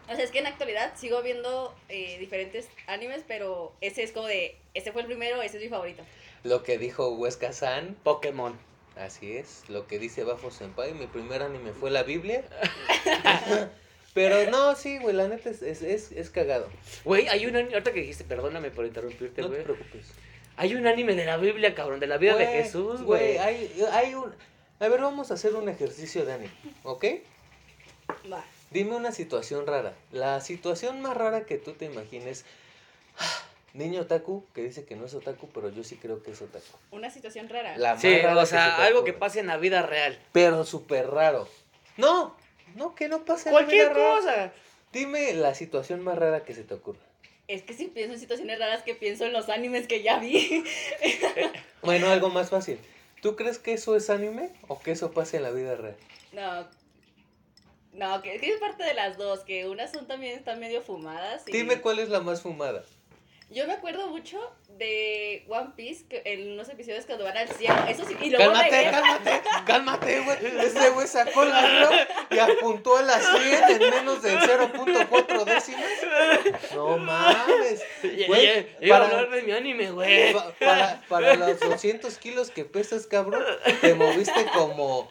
S3: O sea, es que en la actualidad sigo viendo eh, diferentes animes, pero ese es como de, ese fue el primero, ese es mi favorito.
S1: Lo que dijo Huesca San,
S2: Pokémon.
S1: así es. Lo que dice Bafo Senpai, mi primer anime fue la Biblia. Pero no, sí, güey, la neta es, es, es, es cagado.
S2: Güey, hay un anime, ahorita que dijiste, perdóname por interrumpirte,
S1: No te
S2: güey.
S1: preocupes.
S2: hay un anime de la Biblia, cabrón, de la vida de Jesús, güey.
S1: Hay, hay un... A ver, vamos a hacer un ejercicio de anime, ¿ok?
S3: Va.
S1: Dime una situación rara. La situación más rara que tú te imagines. Niño otaku que dice que no es otaku, pero yo sí creo que es otaku.
S3: Una situación rara.
S1: La más
S2: Sí,
S1: rara
S2: o sea,
S1: se te
S2: algo que
S1: ocurra.
S2: pase en la vida real.
S1: Pero súper raro. No, no, que no pase en la
S2: Cualquier
S1: vida real.
S2: cosa.
S1: Dime la situación más rara que se te ocurra.
S3: Es que si pienso en situaciones raras que pienso en los animes que ya vi.
S1: Bueno, algo más fácil. ¿Tú crees que eso es anime o que eso pase en la vida real?
S3: No. No, que, que es parte de las dos, que unas son también están medio fumadas. y-
S1: Dime cuál es la más fumada.
S3: Yo me acuerdo mucho de One Piece que en unos episodios cuando van al cielo. Eso sí, y luego
S1: Cálmate,
S3: regresan.
S1: cálmate, cálmate, güey. Ese güey sacó la reloj y apuntó a las 100 en menos de 0.4 décimas. No mames. Güey,
S2: Güey, iba a
S1: para-
S2: hablar de mi anime, güey.
S1: Pa- para, para los 200 kilos que pesas, cabrón, te moviste como.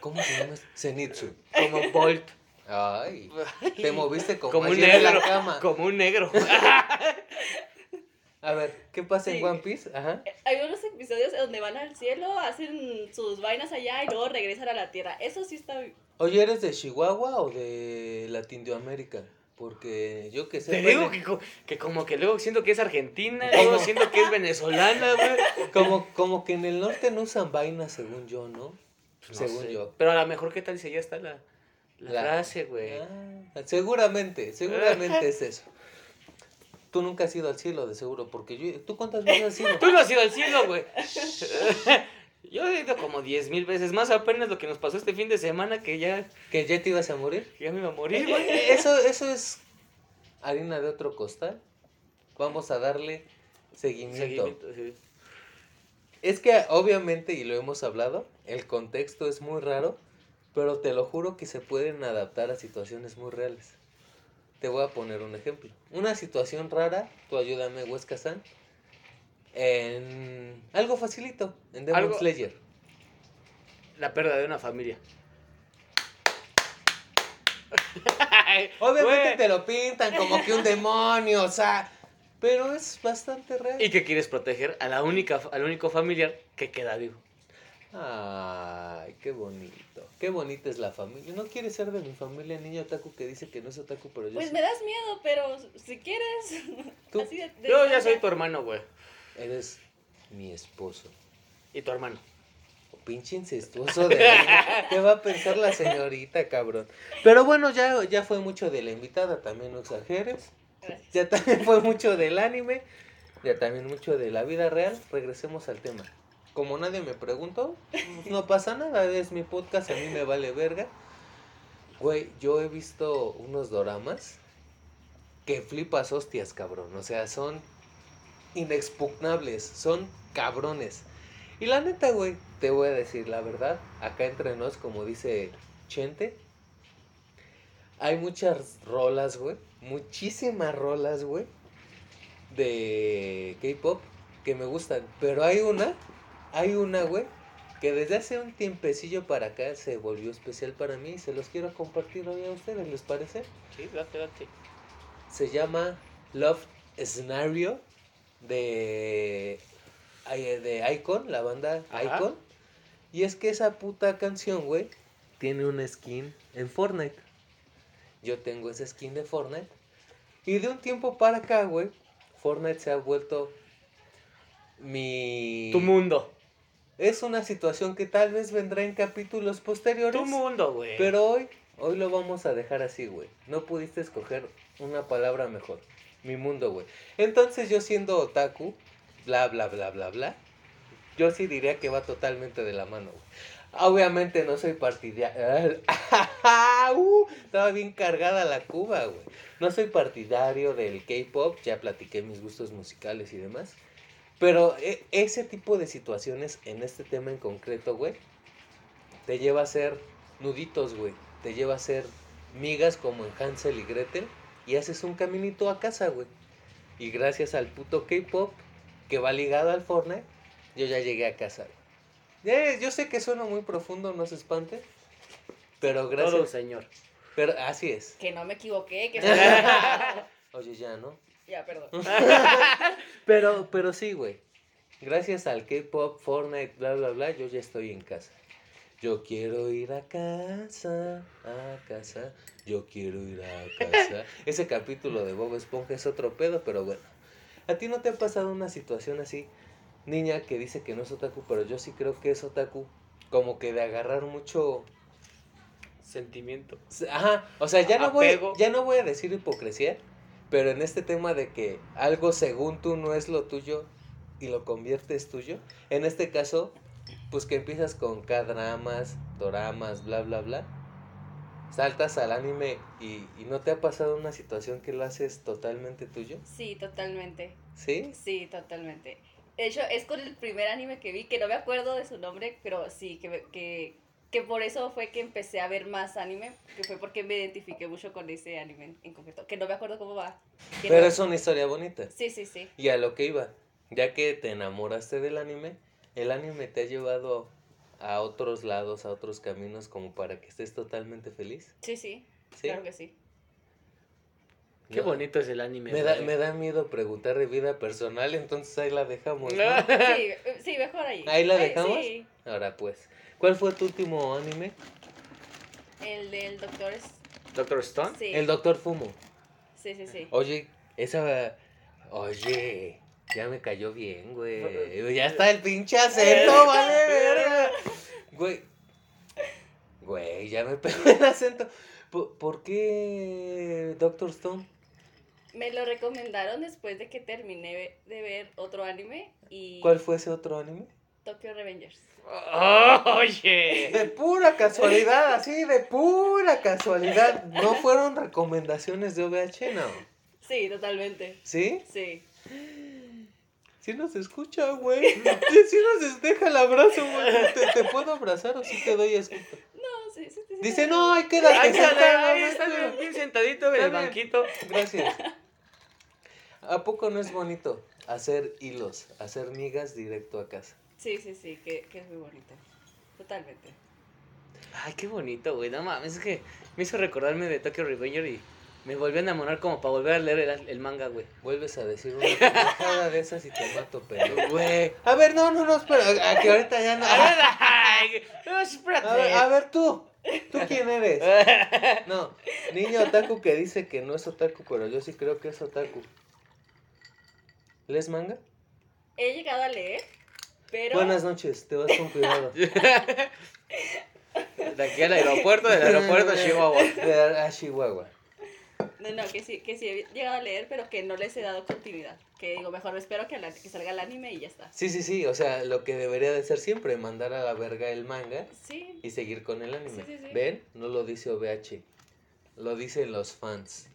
S1: ¿Cómo se llama? Zenitsu.
S2: Como Bolt.
S1: Ay. Te moviste como,
S2: Como un
S1: así en la
S2: negro.
S1: cama.
S2: Como un negro.
S1: A ver, ¿qué pasa
S3: Sí.
S1: en One Piece? Ajá.
S3: Hay unos episodios donde van al cielo, hacen sus vainas allá y luego regresan a la tierra. Eso sí está.
S1: Oye, ¿eres de Chihuahua o de Latinoamérica? Porque yo que sé. pues,
S2: Te digo que, co- que como que luego siento que es argentina,
S1: ¿Cómo?
S2: luego siento que es venezolana, güey.
S1: Como, como que en el norte no usan vainas, según yo, ¿no?
S2: Pues No
S1: según
S2: sé.
S1: yo.
S2: Pero a lo mejor, ¿qué tal si ya está la, la
S1: La-
S2: frase, güey?
S1: Ah, seguramente, seguramente es eso. Tú nunca has ido al cielo, de seguro, porque yo... ¿Tú cuántas veces has ido?
S2: Tú no has ido al cielo, güey. Yo he ido como 10 mil veces más apenas lo que nos pasó este fin de semana que ya,
S1: ¿Que ya te ibas a morir?
S2: que ya me iba a morir, güey.
S1: Eh, Eso, eso es harina de otro costal. Vamos a darle seguimiento.
S2: Seguimiento, sí.
S1: Es que obviamente, y lo hemos hablado, el contexto es muy raro, pero te lo juro que se pueden adaptar a situaciones muy reales. Te voy a poner un ejemplo. Una situación rara, tú ayúdame, Huesca San, en algo facilito, en Demon
S2: Algo-
S1: Slayer.
S2: La pérdida de una familia.
S1: Obviamente
S2: Güey,
S1: te lo pintan como que un demonio, o sea, pero es bastante real.
S2: Y que quieres proteger a la única, al único familiar que queda vivo.
S1: Ay, qué bonito. Qué bonita es la familia. ¿No quieres ser de mi familia, niño otaku que dice que no es otaku, pero yo
S3: Pues
S1: sí?
S3: me das miedo, pero si quieres.
S1: Tú.
S3: así de- de-
S2: Yo ya soy tu hermano, güey.
S1: Eres mi esposo.
S2: Y tu hermano.
S1: O pinche incestuoso de mí. ¿Qué va a pensar la señorita, cabrón? Pero bueno, ya, ya fue mucho de la invitada, también no exageres.
S3: Gracias.
S1: Ya también fue mucho del anime. Ya también mucho de la vida real. Regresemos al tema. Como nadie me preguntó, no pasa nada. Es mi podcast, a mí me vale verga. Güey, yo he visto unos doramas que flipas hostias, cabrón. O sea, son inexpugnables, son cabrones. Y la neta, güey, te voy a decir la verdad. Acá entre nos, como dice Chente, hay muchas rolas, güey. Muchísimas rolas, güey. De K-pop que me gustan. Pero hay una, hay una, güey. Que desde hace un tiempecillo para acá se volvió especial para mí. Y se los quiero compartir hoy a ustedes, ¿les parece?
S2: Sí, date, date.
S1: Se llama Love Scenario de, de Icon, la banda
S2: Ajá.
S1: Icon. Y es que esa puta canción, güey, tiene una skin en Fortnite. Yo tengo esa skin de Fortnite. Y de un tiempo para acá, güey, Fortnite se ha vuelto mi...
S2: Tu mundo.
S1: es una situación que tal vez vendrá en capítulos posteriores.
S2: Tu mundo, güey.
S1: Pero hoy, hoy lo vamos a dejar así, güey. No pudiste escoger una palabra mejor. Mi mundo, güey. Entonces yo siendo otaku, bla, bla, bla, bla, bla, yo sí diría que va totalmente de la mano, güey. Obviamente no soy partidario. Uh, Estaba bien cargada la cuba, güey. No soy partidario del K-pop, ya platiqué mis gustos musicales y demás. Pero e- ese tipo de situaciones en este tema en concreto, güey, te lleva a ser nuditos, güey. Te lleva a ser migas como en Hansel y Gretel y haces un caminito a casa, güey. Y gracias al puto K-pop que va ligado al Fortnite, yo ya llegué a casa. güey. Ya, yo sé que suena muy profundo, no se espante, pero gracias.
S2: Todo, señor.
S1: Pero así es.
S3: Que no me equivoqué, que soy-
S1: Oye, ya, ¿no?
S3: Ya, perdón.
S1: Pero, pero sí, güey. Gracias al K-pop, Fortnite, bla, bla, bla, yo ya estoy en casa. Yo quiero ir a casa, a casa, yo quiero ir a casa. Ese capítulo de Bob Esponja es otro pedo, pero bueno. ¿A ti no te ha pasado una situación así, niña que dice que no es otaku, pero yo sí creo que es otaku? Como que de agarrar mucho...
S2: Sentimiento.
S1: Ajá, o sea, ya no, voy,
S2: Apego.
S1: ya no voy a decir hipocresía, pero en este tema de que algo según tú no es lo tuyo y lo conviertes tuyo, en este caso, pues que empiezas con K-dramas, doramas, bla, bla, bla, saltas al anime y, y no te ha pasado una situación que lo haces totalmente tuyo,
S3: Sí, totalmente.
S1: ¿sí?
S3: Sí, totalmente. De hecho, es con el primer anime que vi, que no me acuerdo de su nombre, pero sí, que, me- que, que por eso fue que empecé a ver más anime, que fue porque me identifiqué mucho con ese anime en concreto, que no me acuerdo cómo va. Que
S1: Pero
S3: no-
S1: es una historia bonita.
S3: Sí, sí, sí.
S1: Y a lo que iba, ya que te enamoraste del anime, el anime te ha llevado a otros lados, a otros caminos, como para que estés totalmente feliz.
S3: Sí, sí,
S1: ¿Sí?
S3: claro que sí.
S2: Qué
S1: No.
S2: bonito es el anime.
S1: Me da,
S2: güey.
S1: me da miedo preguntar de vida personal, entonces ahí la dejamos. ¿no?
S3: Sí, eh, sí, mejor ahí.
S1: ¿Ahí la
S3: Eh,
S1: dejamos?
S3: sí,
S1: Ahora pues, ¿cuál fue tu último anime?
S3: el del doctor es...
S2: Doctor Stone.
S3: Sí,
S1: ¿Ah? El Doctor Fumo.
S3: sí, sí, sí.
S1: Oye, esa... Oye, ya me cayó bien, güey. Ya está el pinche acento, vale, verga. Güey. Güey, ya me pegó el acento. ¿Por, por qué Doctor Stone?
S3: Me lo recomendaron después de que terminé de ver otro anime y
S1: ¿Cuál fue ese otro anime?
S3: Tokyo Revengers.
S2: oye.
S1: De pura casualidad, así, de pura casualidad. No fueron recomendaciones de OVH, no.
S3: Sí, totalmente.
S1: ¿Sí?
S3: Sí.
S1: Sí nos escucha, güey. Sí sí nos deja el abrazo, güey. ¿Te, te puedo abrazar o sí te doy escucha?
S3: No, sí, sí, sí, sí.
S1: Dice, no, hay que dar
S2: Ahí está, ahí está, bien, bien sentadito en
S1: Está
S2: el
S1: bien.
S2: banquito.
S1: Gracias. ¿A poco no es bonito hacer hilos, hacer migas directo a casa?
S3: Sí, sí, sí, que, que es muy bonita. Totalmente.
S2: Ay, qué bonito, güey. No mames, es que me hizo recordarme de Tokyo Revenger y me volvió a enamorar como para volver a leer el, el manga, güey.
S1: Vuelves a decir una pendejada de esas y te mato, pero.
S2: Güey.
S1: A ver, no, no, no, espera, a que ahorita ya no.
S2: A ver, ay, no, espérate.
S1: A ver, a ver tú, ¿tú quién eres? No, niño otaku que dice que no es otaku, pero yo sí creo que es otaku. ¿Les manga?
S3: He llegado a leer, pero.
S1: Buenas noches, te vas con cuidado.
S2: De aquí al aeropuerto, del aeropuerto a Chihuahua.
S1: De- A Chihuahua.
S3: No, no, que sí, que sí he llegado a leer, pero que no les he dado continuidad. Que digo, mejor me espero que, la- que salga el anime y ya está.
S1: Sí, sí, sí, o sea, lo que debería de ser siempre, mandar a la verga el manga
S3: Sí,
S1: y seguir con el anime.
S3: Sí, sí, sí.
S1: ¿Ven? No lo dice OVH, lo dicen los fans.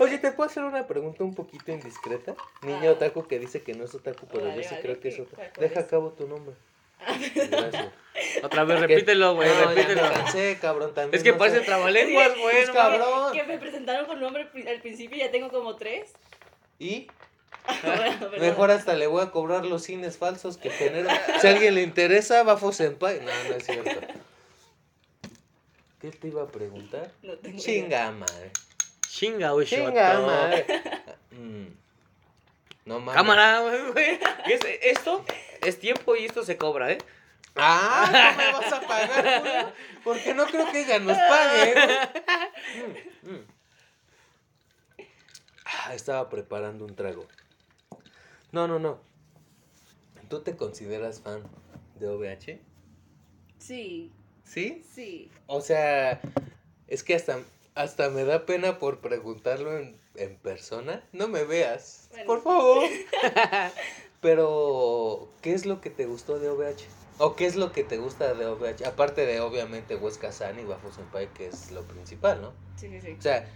S1: Oye, ¿te puedo hacer una pregunta un poquito indiscreta? Niño
S3: Ah.
S1: otaku que dice que no es otaku, pero
S3: Vale,
S1: yo sí
S3: vale,
S1: creo que
S3: ¿qué-
S1: es otaku.
S3: cuál- cuál
S1: Deja a
S3: es?
S1: cabo tu nombre. Gracias.
S2: Otra vez, repítelo, güey,
S1: No, ya
S2: repítelo.
S1: me cansé, cabrón, también.
S2: Es que
S1: no
S2: parece
S1: sé.
S2: trabalenguas, güey.
S1: Es
S2: no
S1: cabrón.
S3: que me presentaron con nombre pri- al principio y ya tengo como tres.
S1: Y
S3: Bueno, perdón.
S1: Ah, mejor hasta le voy a cobrar los cines falsos que generan. Si a alguien le interesa, Bafo Senpai. No, no es cierto. ¿Qué te iba a preguntar?
S3: No tengo idea.
S1: Chinga madre.
S2: mames. Chinga, güey,
S1: Chinga
S2: Shoto.
S1: madre. Mm. No mames.
S2: Cámara, güey, güey. Y es- Esto es tiempo y esto se cobra, ¿eh?
S1: Ah, no me vas a pagar, Julio? Porque no creo que ella nos pague. güey. Mm, mm. Ah, estaba preparando un trago. No, no, no. ¿Tú te consideras fan de OVH?
S3: Sí,
S1: ¿Sí?
S3: sí.
S1: O sea, es que hasta, hasta me da pena por preguntarlo en, en persona. No me veas,
S3: Bueno.
S1: por favor. Pero, ¿qué es lo que te gustó de OVH? ¿O qué es lo que te gusta de OVH? Aparte de, obviamente, Huesca San y Bafo Senpai, que es lo principal, ¿no?
S3: Sí, sí, sí.
S1: O sea,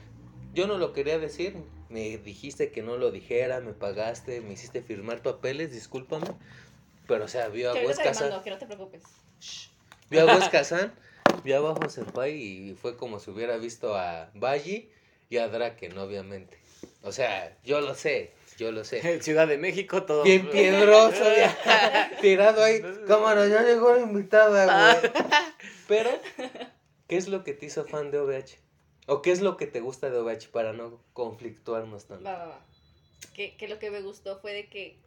S1: yo no lo quería decir. Me dijiste que no lo dijera, me pagaste, me hiciste firmar papeles, discúlpame. Pero, o sea, vio a
S3: Que ahorita
S1: Huesca
S3: te
S1: San.
S3: mando, que no te preocupes.
S1: Shh. Vio a Wes Kazan vi abajo Senpai y fue como si hubiera visto a Baji y a Draken, obviamente. O sea, yo lo sé, yo lo sé.
S2: En Ciudad de México todo.
S1: Bien piedroso, ya, tirado ahí. Cámara, ya llegó la invitada, güey. Pero, ¿qué es lo que te hizo fan de OVH? ¿O qué es lo que te gusta de OVH para no conflictuarnos tanto?
S3: Va, va, va. Que, que lo que me gustó fue de que,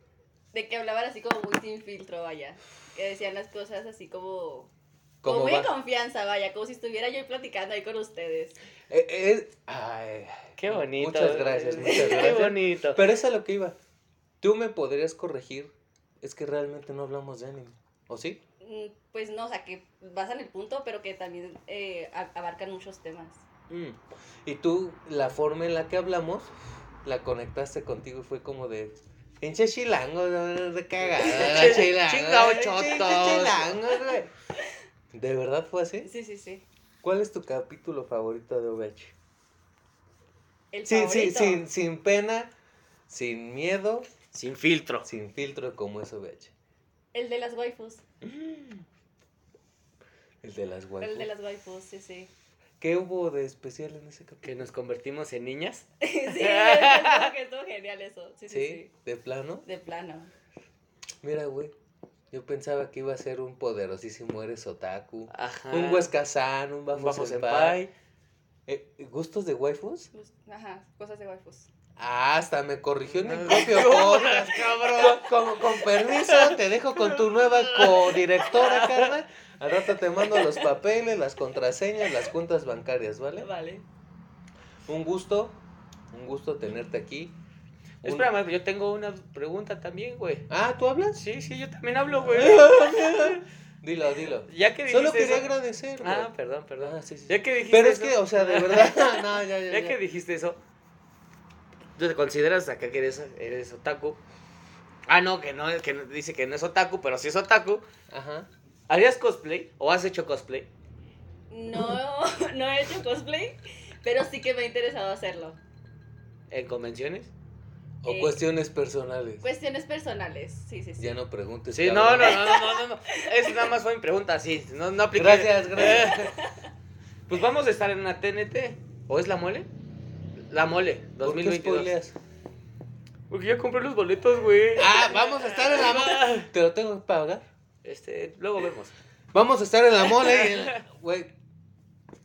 S3: de que hablaban así como muy sin filtro, vaya. Que decían las cosas así como... Como
S1: ¿Cómo
S3: muy en
S1: va?
S3: confianza, vaya, como si estuviera yo platicando ahí con ustedes.
S1: Eh, eh, ay,
S2: Qué bonito. eh.
S1: Muchas gracias, muchas
S2: Qué
S1: gracias.
S2: bonito.
S1: Pero es a lo que iba. Tú me podrías corregir. Es que realmente no hablamos de anime. ¿O sí?
S3: Mm, Pues no, o sea, que basan el punto, pero que también eh, a- abarcan muchos temas.
S1: Y tú, la forma en la que hablamos, la conectaste contigo y fue como de. Pinche chilango, de cagada.
S2: Pinche chingao chotos".
S1: chilango, ¿De verdad fue así?
S3: Sí, sí, sí.
S1: ¿Cuál es tu capítulo favorito de OVH?
S3: El
S1: Sin, sin,
S3: favorito.
S1: sin, sin pena, sin miedo,
S2: Sin filtro.
S1: sin filtro como es OVH.
S3: El de las waifus.
S1: El de las guayas.
S3: El de las waifus, sí, sí.
S1: ¿Qué hubo de especial en ese capítulo?
S2: Que nos convertimos en niñas.
S3: sí, estuvo, que estuvo genial eso. Sí, sí,
S1: ¿Sí?
S3: sí.
S1: ¿De plano?
S3: De plano.
S1: Mira, güey. Yo pensaba que iba a ser un poderosísimo eres otaku.
S2: Ajá.
S1: Un huescazán, un
S2: Un
S1: bafo,
S2: Ah. Bafo
S1: senpai.
S2: senpai.
S1: Eh, ¿Gustos de waifus?
S3: Pues, Ajá, cosas de waifus.
S1: Ah, hasta me corrigió en mi
S2: Ah. No.
S1: propio podcast.
S2: cabrón!
S1: Con, con- con permiso, te dejo con tu nueva codirectora, Carla. Al rato te mando los papeles, las contraseñas, las cuentas bancarias, ¿vale?
S3: Vale.
S1: Un gusto, un gusto tenerte aquí. Un-
S2: Espérame, yo tengo una pregunta también, güey.
S1: Ah, ¿tú hablas?
S2: Sí, sí, yo también hablo, güey.
S1: Dilo, dilo.
S2: Ya que dijiste
S1: Solo quería
S2: eso-
S1: agradecer. güey.
S2: Ah, perdón, perdón.
S1: Ah, sí, sí.
S2: Ya que dijiste
S1: Pero es
S2: eso-
S1: que, o sea, de verdad. no, ya, ya,
S2: Ya
S1: ya.
S2: que dijiste eso, ¿tú te consideras acá que eres, eres otaku? Ah, no, que no, que no- dice que no es otaku, pero sí es otaku.
S1: Ajá.
S2: ¿Harías cosplay o has hecho cosplay?
S3: No, no he hecho cosplay, pero sí que me ha interesado hacerlo.
S2: ¿En convenciones?
S1: O
S3: Eh,
S1: cuestiones personales.
S3: Cuestiones personales, sí, sí, sí.
S1: ya no preguntes.
S2: pues, Sí, no, no,
S1: cabrón.
S2: no, no, no, no, no. Es nada más fue mi pregunta, sí. No, no apliqué.
S1: Gracias,
S2: eh,
S1: gracias.
S2: Pues vamos a estar en una TNT. ¿O es la mole? La mole,
S1: ¿Por qué
S2: 2022.
S1: spoileas?
S2: Porque yo compré los boletos, güey.
S1: Ah, vamos a estar en la mole. Te lo tengo que pagar.
S2: Este,
S1: Eh.
S2: luego vemos.
S1: Vamos a estar en la mole. y en la- Güey.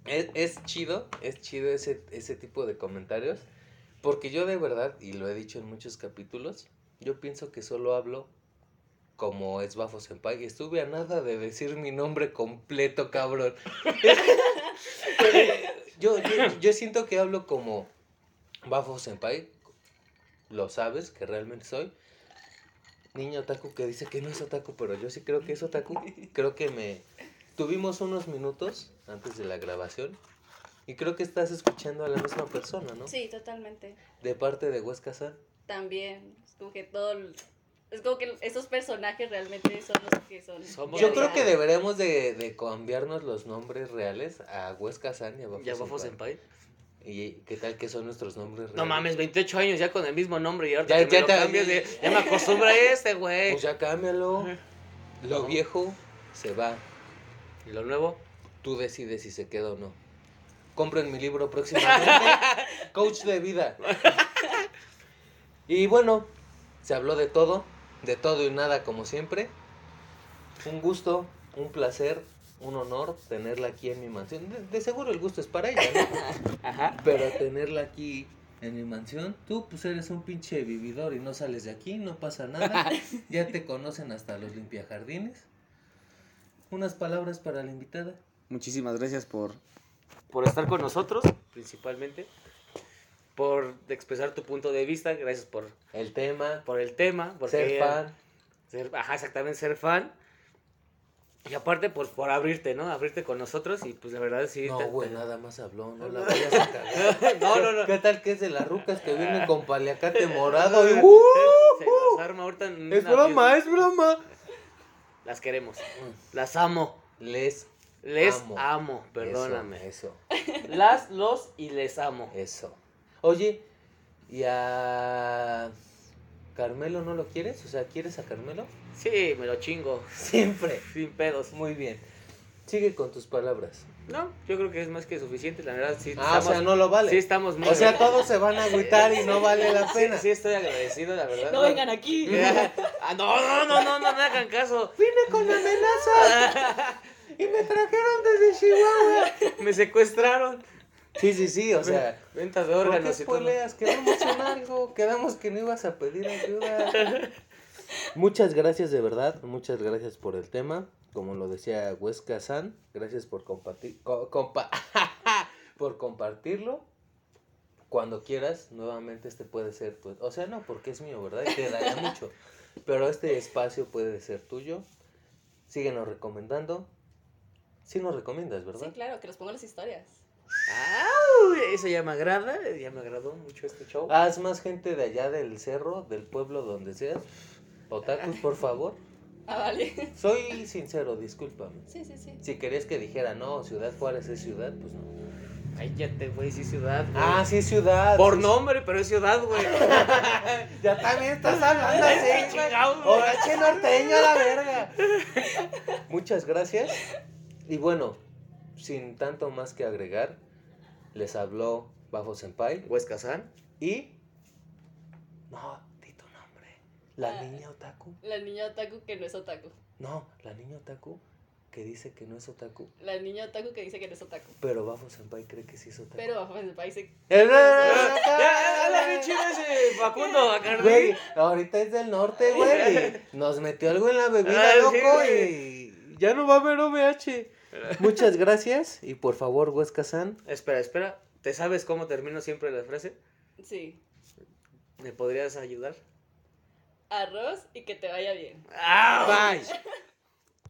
S1: Es, es chido, es chido ese, ese tipo de comentarios. Porque yo de verdad, y lo he dicho en muchos capítulos, yo pienso que solo hablo como es Bafo Senpai. Y estuve a nada de decir mi nombre completo, cabrón. yo, yo, yo siento que hablo como Bafo Senpai. Lo sabes que realmente soy. Niño otaku que dice que no es otaku, pero yo sí creo que es otaku. Creo que me. Tuvimos unos minutos antes de la grabación. Y creo que estás escuchando a la misma persona, ¿no?
S3: Sí, totalmente.
S1: De parte de Huesca San.
S3: También, es como que todo... el- Es como que esos personajes realmente son los que son...
S2: Somos-
S1: Yo creo que deberemos de, de cambiarnos los nombres reales a Huesca San y a Bafo
S2: Ya vamos
S1: Senpai.
S2: en país.
S1: ¿Y qué tal que son nuestros nombres reales?
S2: No mames, 28 años ya con el mismo nombre y ahorita
S1: Ya-
S2: que
S1: ya
S2: me lo
S1: te-
S2: cambias de- ya me acostumbra este, güey.
S1: Pues ya cámbialo. Lo
S2: Ajá.
S1: viejo se va.
S2: Y lo nuevo,
S1: Tú decides si se queda o no. Compren mi libro próximamente. Coach de vida. Y bueno, se habló de todo, de todo y nada como siempre. Un gusto, un placer, un honor tenerla aquí en mi mansión. De, de seguro el gusto es para ella, ¿no?
S2: ajá,
S1: Pero tenerla aquí en mi mansión, tú pues eres un pinche vividor y no sales de aquí, no pasa nada. Ya te conocen hasta los limpiajardines. Unas palabras para la invitada.
S4: Muchísimas gracias por
S2: por estar con nosotros, principalmente, por expresar tu punto de vista, gracias por,
S1: El tema,
S2: por el tema, por
S1: ser fan.
S2: ser- ajá, exactamente, ser fan. Y aparte, pues, por abrirte, ¿no? Abrirte con nosotros y, pues, la verdad, sí. te-
S1: No, güey, nada más habló, no la vayas a cagar.
S2: No, no, no.
S1: ¿Qué tal que es de las rucas que vienen con paliacate morado?
S2: Se
S1: Y, ¡Uh!
S2: nos arma ahorita en
S1: Es
S2: una fiesta.
S1: broma, eh. es broma.
S2: Las queremos. Las amo.
S1: Les
S2: Les
S1: Amo.
S2: amo, perdóname.
S1: Eso,
S2: Las, los y les amo.
S1: eso, eso. Oye, ¿y a Carmelo no lo quieres? O sea, ¿quieres a Carmelo?
S2: Sí, me lo chingo.
S1: Siempre.
S2: Sin pedos.
S1: Muy bien. Sigue con tus palabras.
S2: No, yo creo que es más que suficiente, la verdad. Sí,
S1: Ah,
S2: estamos,
S1: o sea, no lo vale.
S2: sí estamos muy...
S1: o sea, todos se van a agüitar y no vale la
S2: sí,
S1: pena.
S2: sí estoy agradecido, la verdad.
S4: No vengan aquí.
S2: Ah, no, no, no, no, no me hagan caso.
S1: Vine con amenazas y me trajeron desde Chihuahua.
S2: Me secuestraron.
S1: Sí, sí, sí, o sea.
S2: Venta de
S1: ¿Por qué
S2: órganos y todo.
S1: spoileas? Quedamos en algo. Quedamos que no ibas a pedir ayuda. Muchas gracias de verdad. Muchas gracias por el tema. Como lo decía Huesca San, gracias por compartir. co- compa- por compartirlo. Cuando quieras, nuevamente este puede ser tu. O sea, no, porque es mío, ¿verdad? Y te daría mucho. Pero este espacio puede ser tuyo. Síguenos recomendando. Sí nos recomiendas, ¿verdad?
S3: Sí, claro, que les pongo las historias.
S2: Au, eso ya me agrada, ya me agradó mucho este show.
S1: Haz más gente de allá del cerro, del pueblo donde seas. Otakus, por favor.
S3: Ah, vale.
S1: Soy sincero, discúlpame.
S3: Sí, sí, sí.
S1: Si querías que dijera, no, Ciudad Juárez es ciudad, pues no.
S2: Ay, ya te voy a decir ciudad. güey.
S1: Ah, sí, es ciudad.
S2: Por
S1: Sí,
S2: nombre, pero es ciudad, güey.
S1: Ya también estás hablando
S2: Ay,
S1: así, güey.
S2: chingado, güey.
S1: Orache norteño a la verga. Muchas gracias. Y bueno, sin tanto más que agregar, les habló Bajo Senpai.
S2: Huesca San.
S1: Y. No, di tu nombre. La
S3: Ah.
S1: niña Otaku.
S3: La niña otaku que no es otaku.
S1: No, la niña otaku que dice que no es otaku,
S3: La niña otaku que dice que no es otaku.
S1: pero Bafo Senpai cree que sí es otaku.
S3: Pero pues, bajo el país se-
S1: ¡Eh, no,
S2: Ya,
S1: no, no, no, no,
S2: ya, habla bien
S1: no,
S2: chido ese Facundo Bacardi.
S1: Güey, ahorita es del norte, güey. y Nos metió algo en la bebida,
S2: Ah, sí,
S1: loco,
S2: güey.
S1: y ya no va a haber OVH. Muchas gracias y por favor, Huesca San.
S2: Espera, espera. ¿Te sabes cómo termino siempre la frase?
S3: Sí.
S2: ¿Me podrías ayudar?
S3: Arroz y que te vaya bien.
S2: ¡Au!
S1: Bye.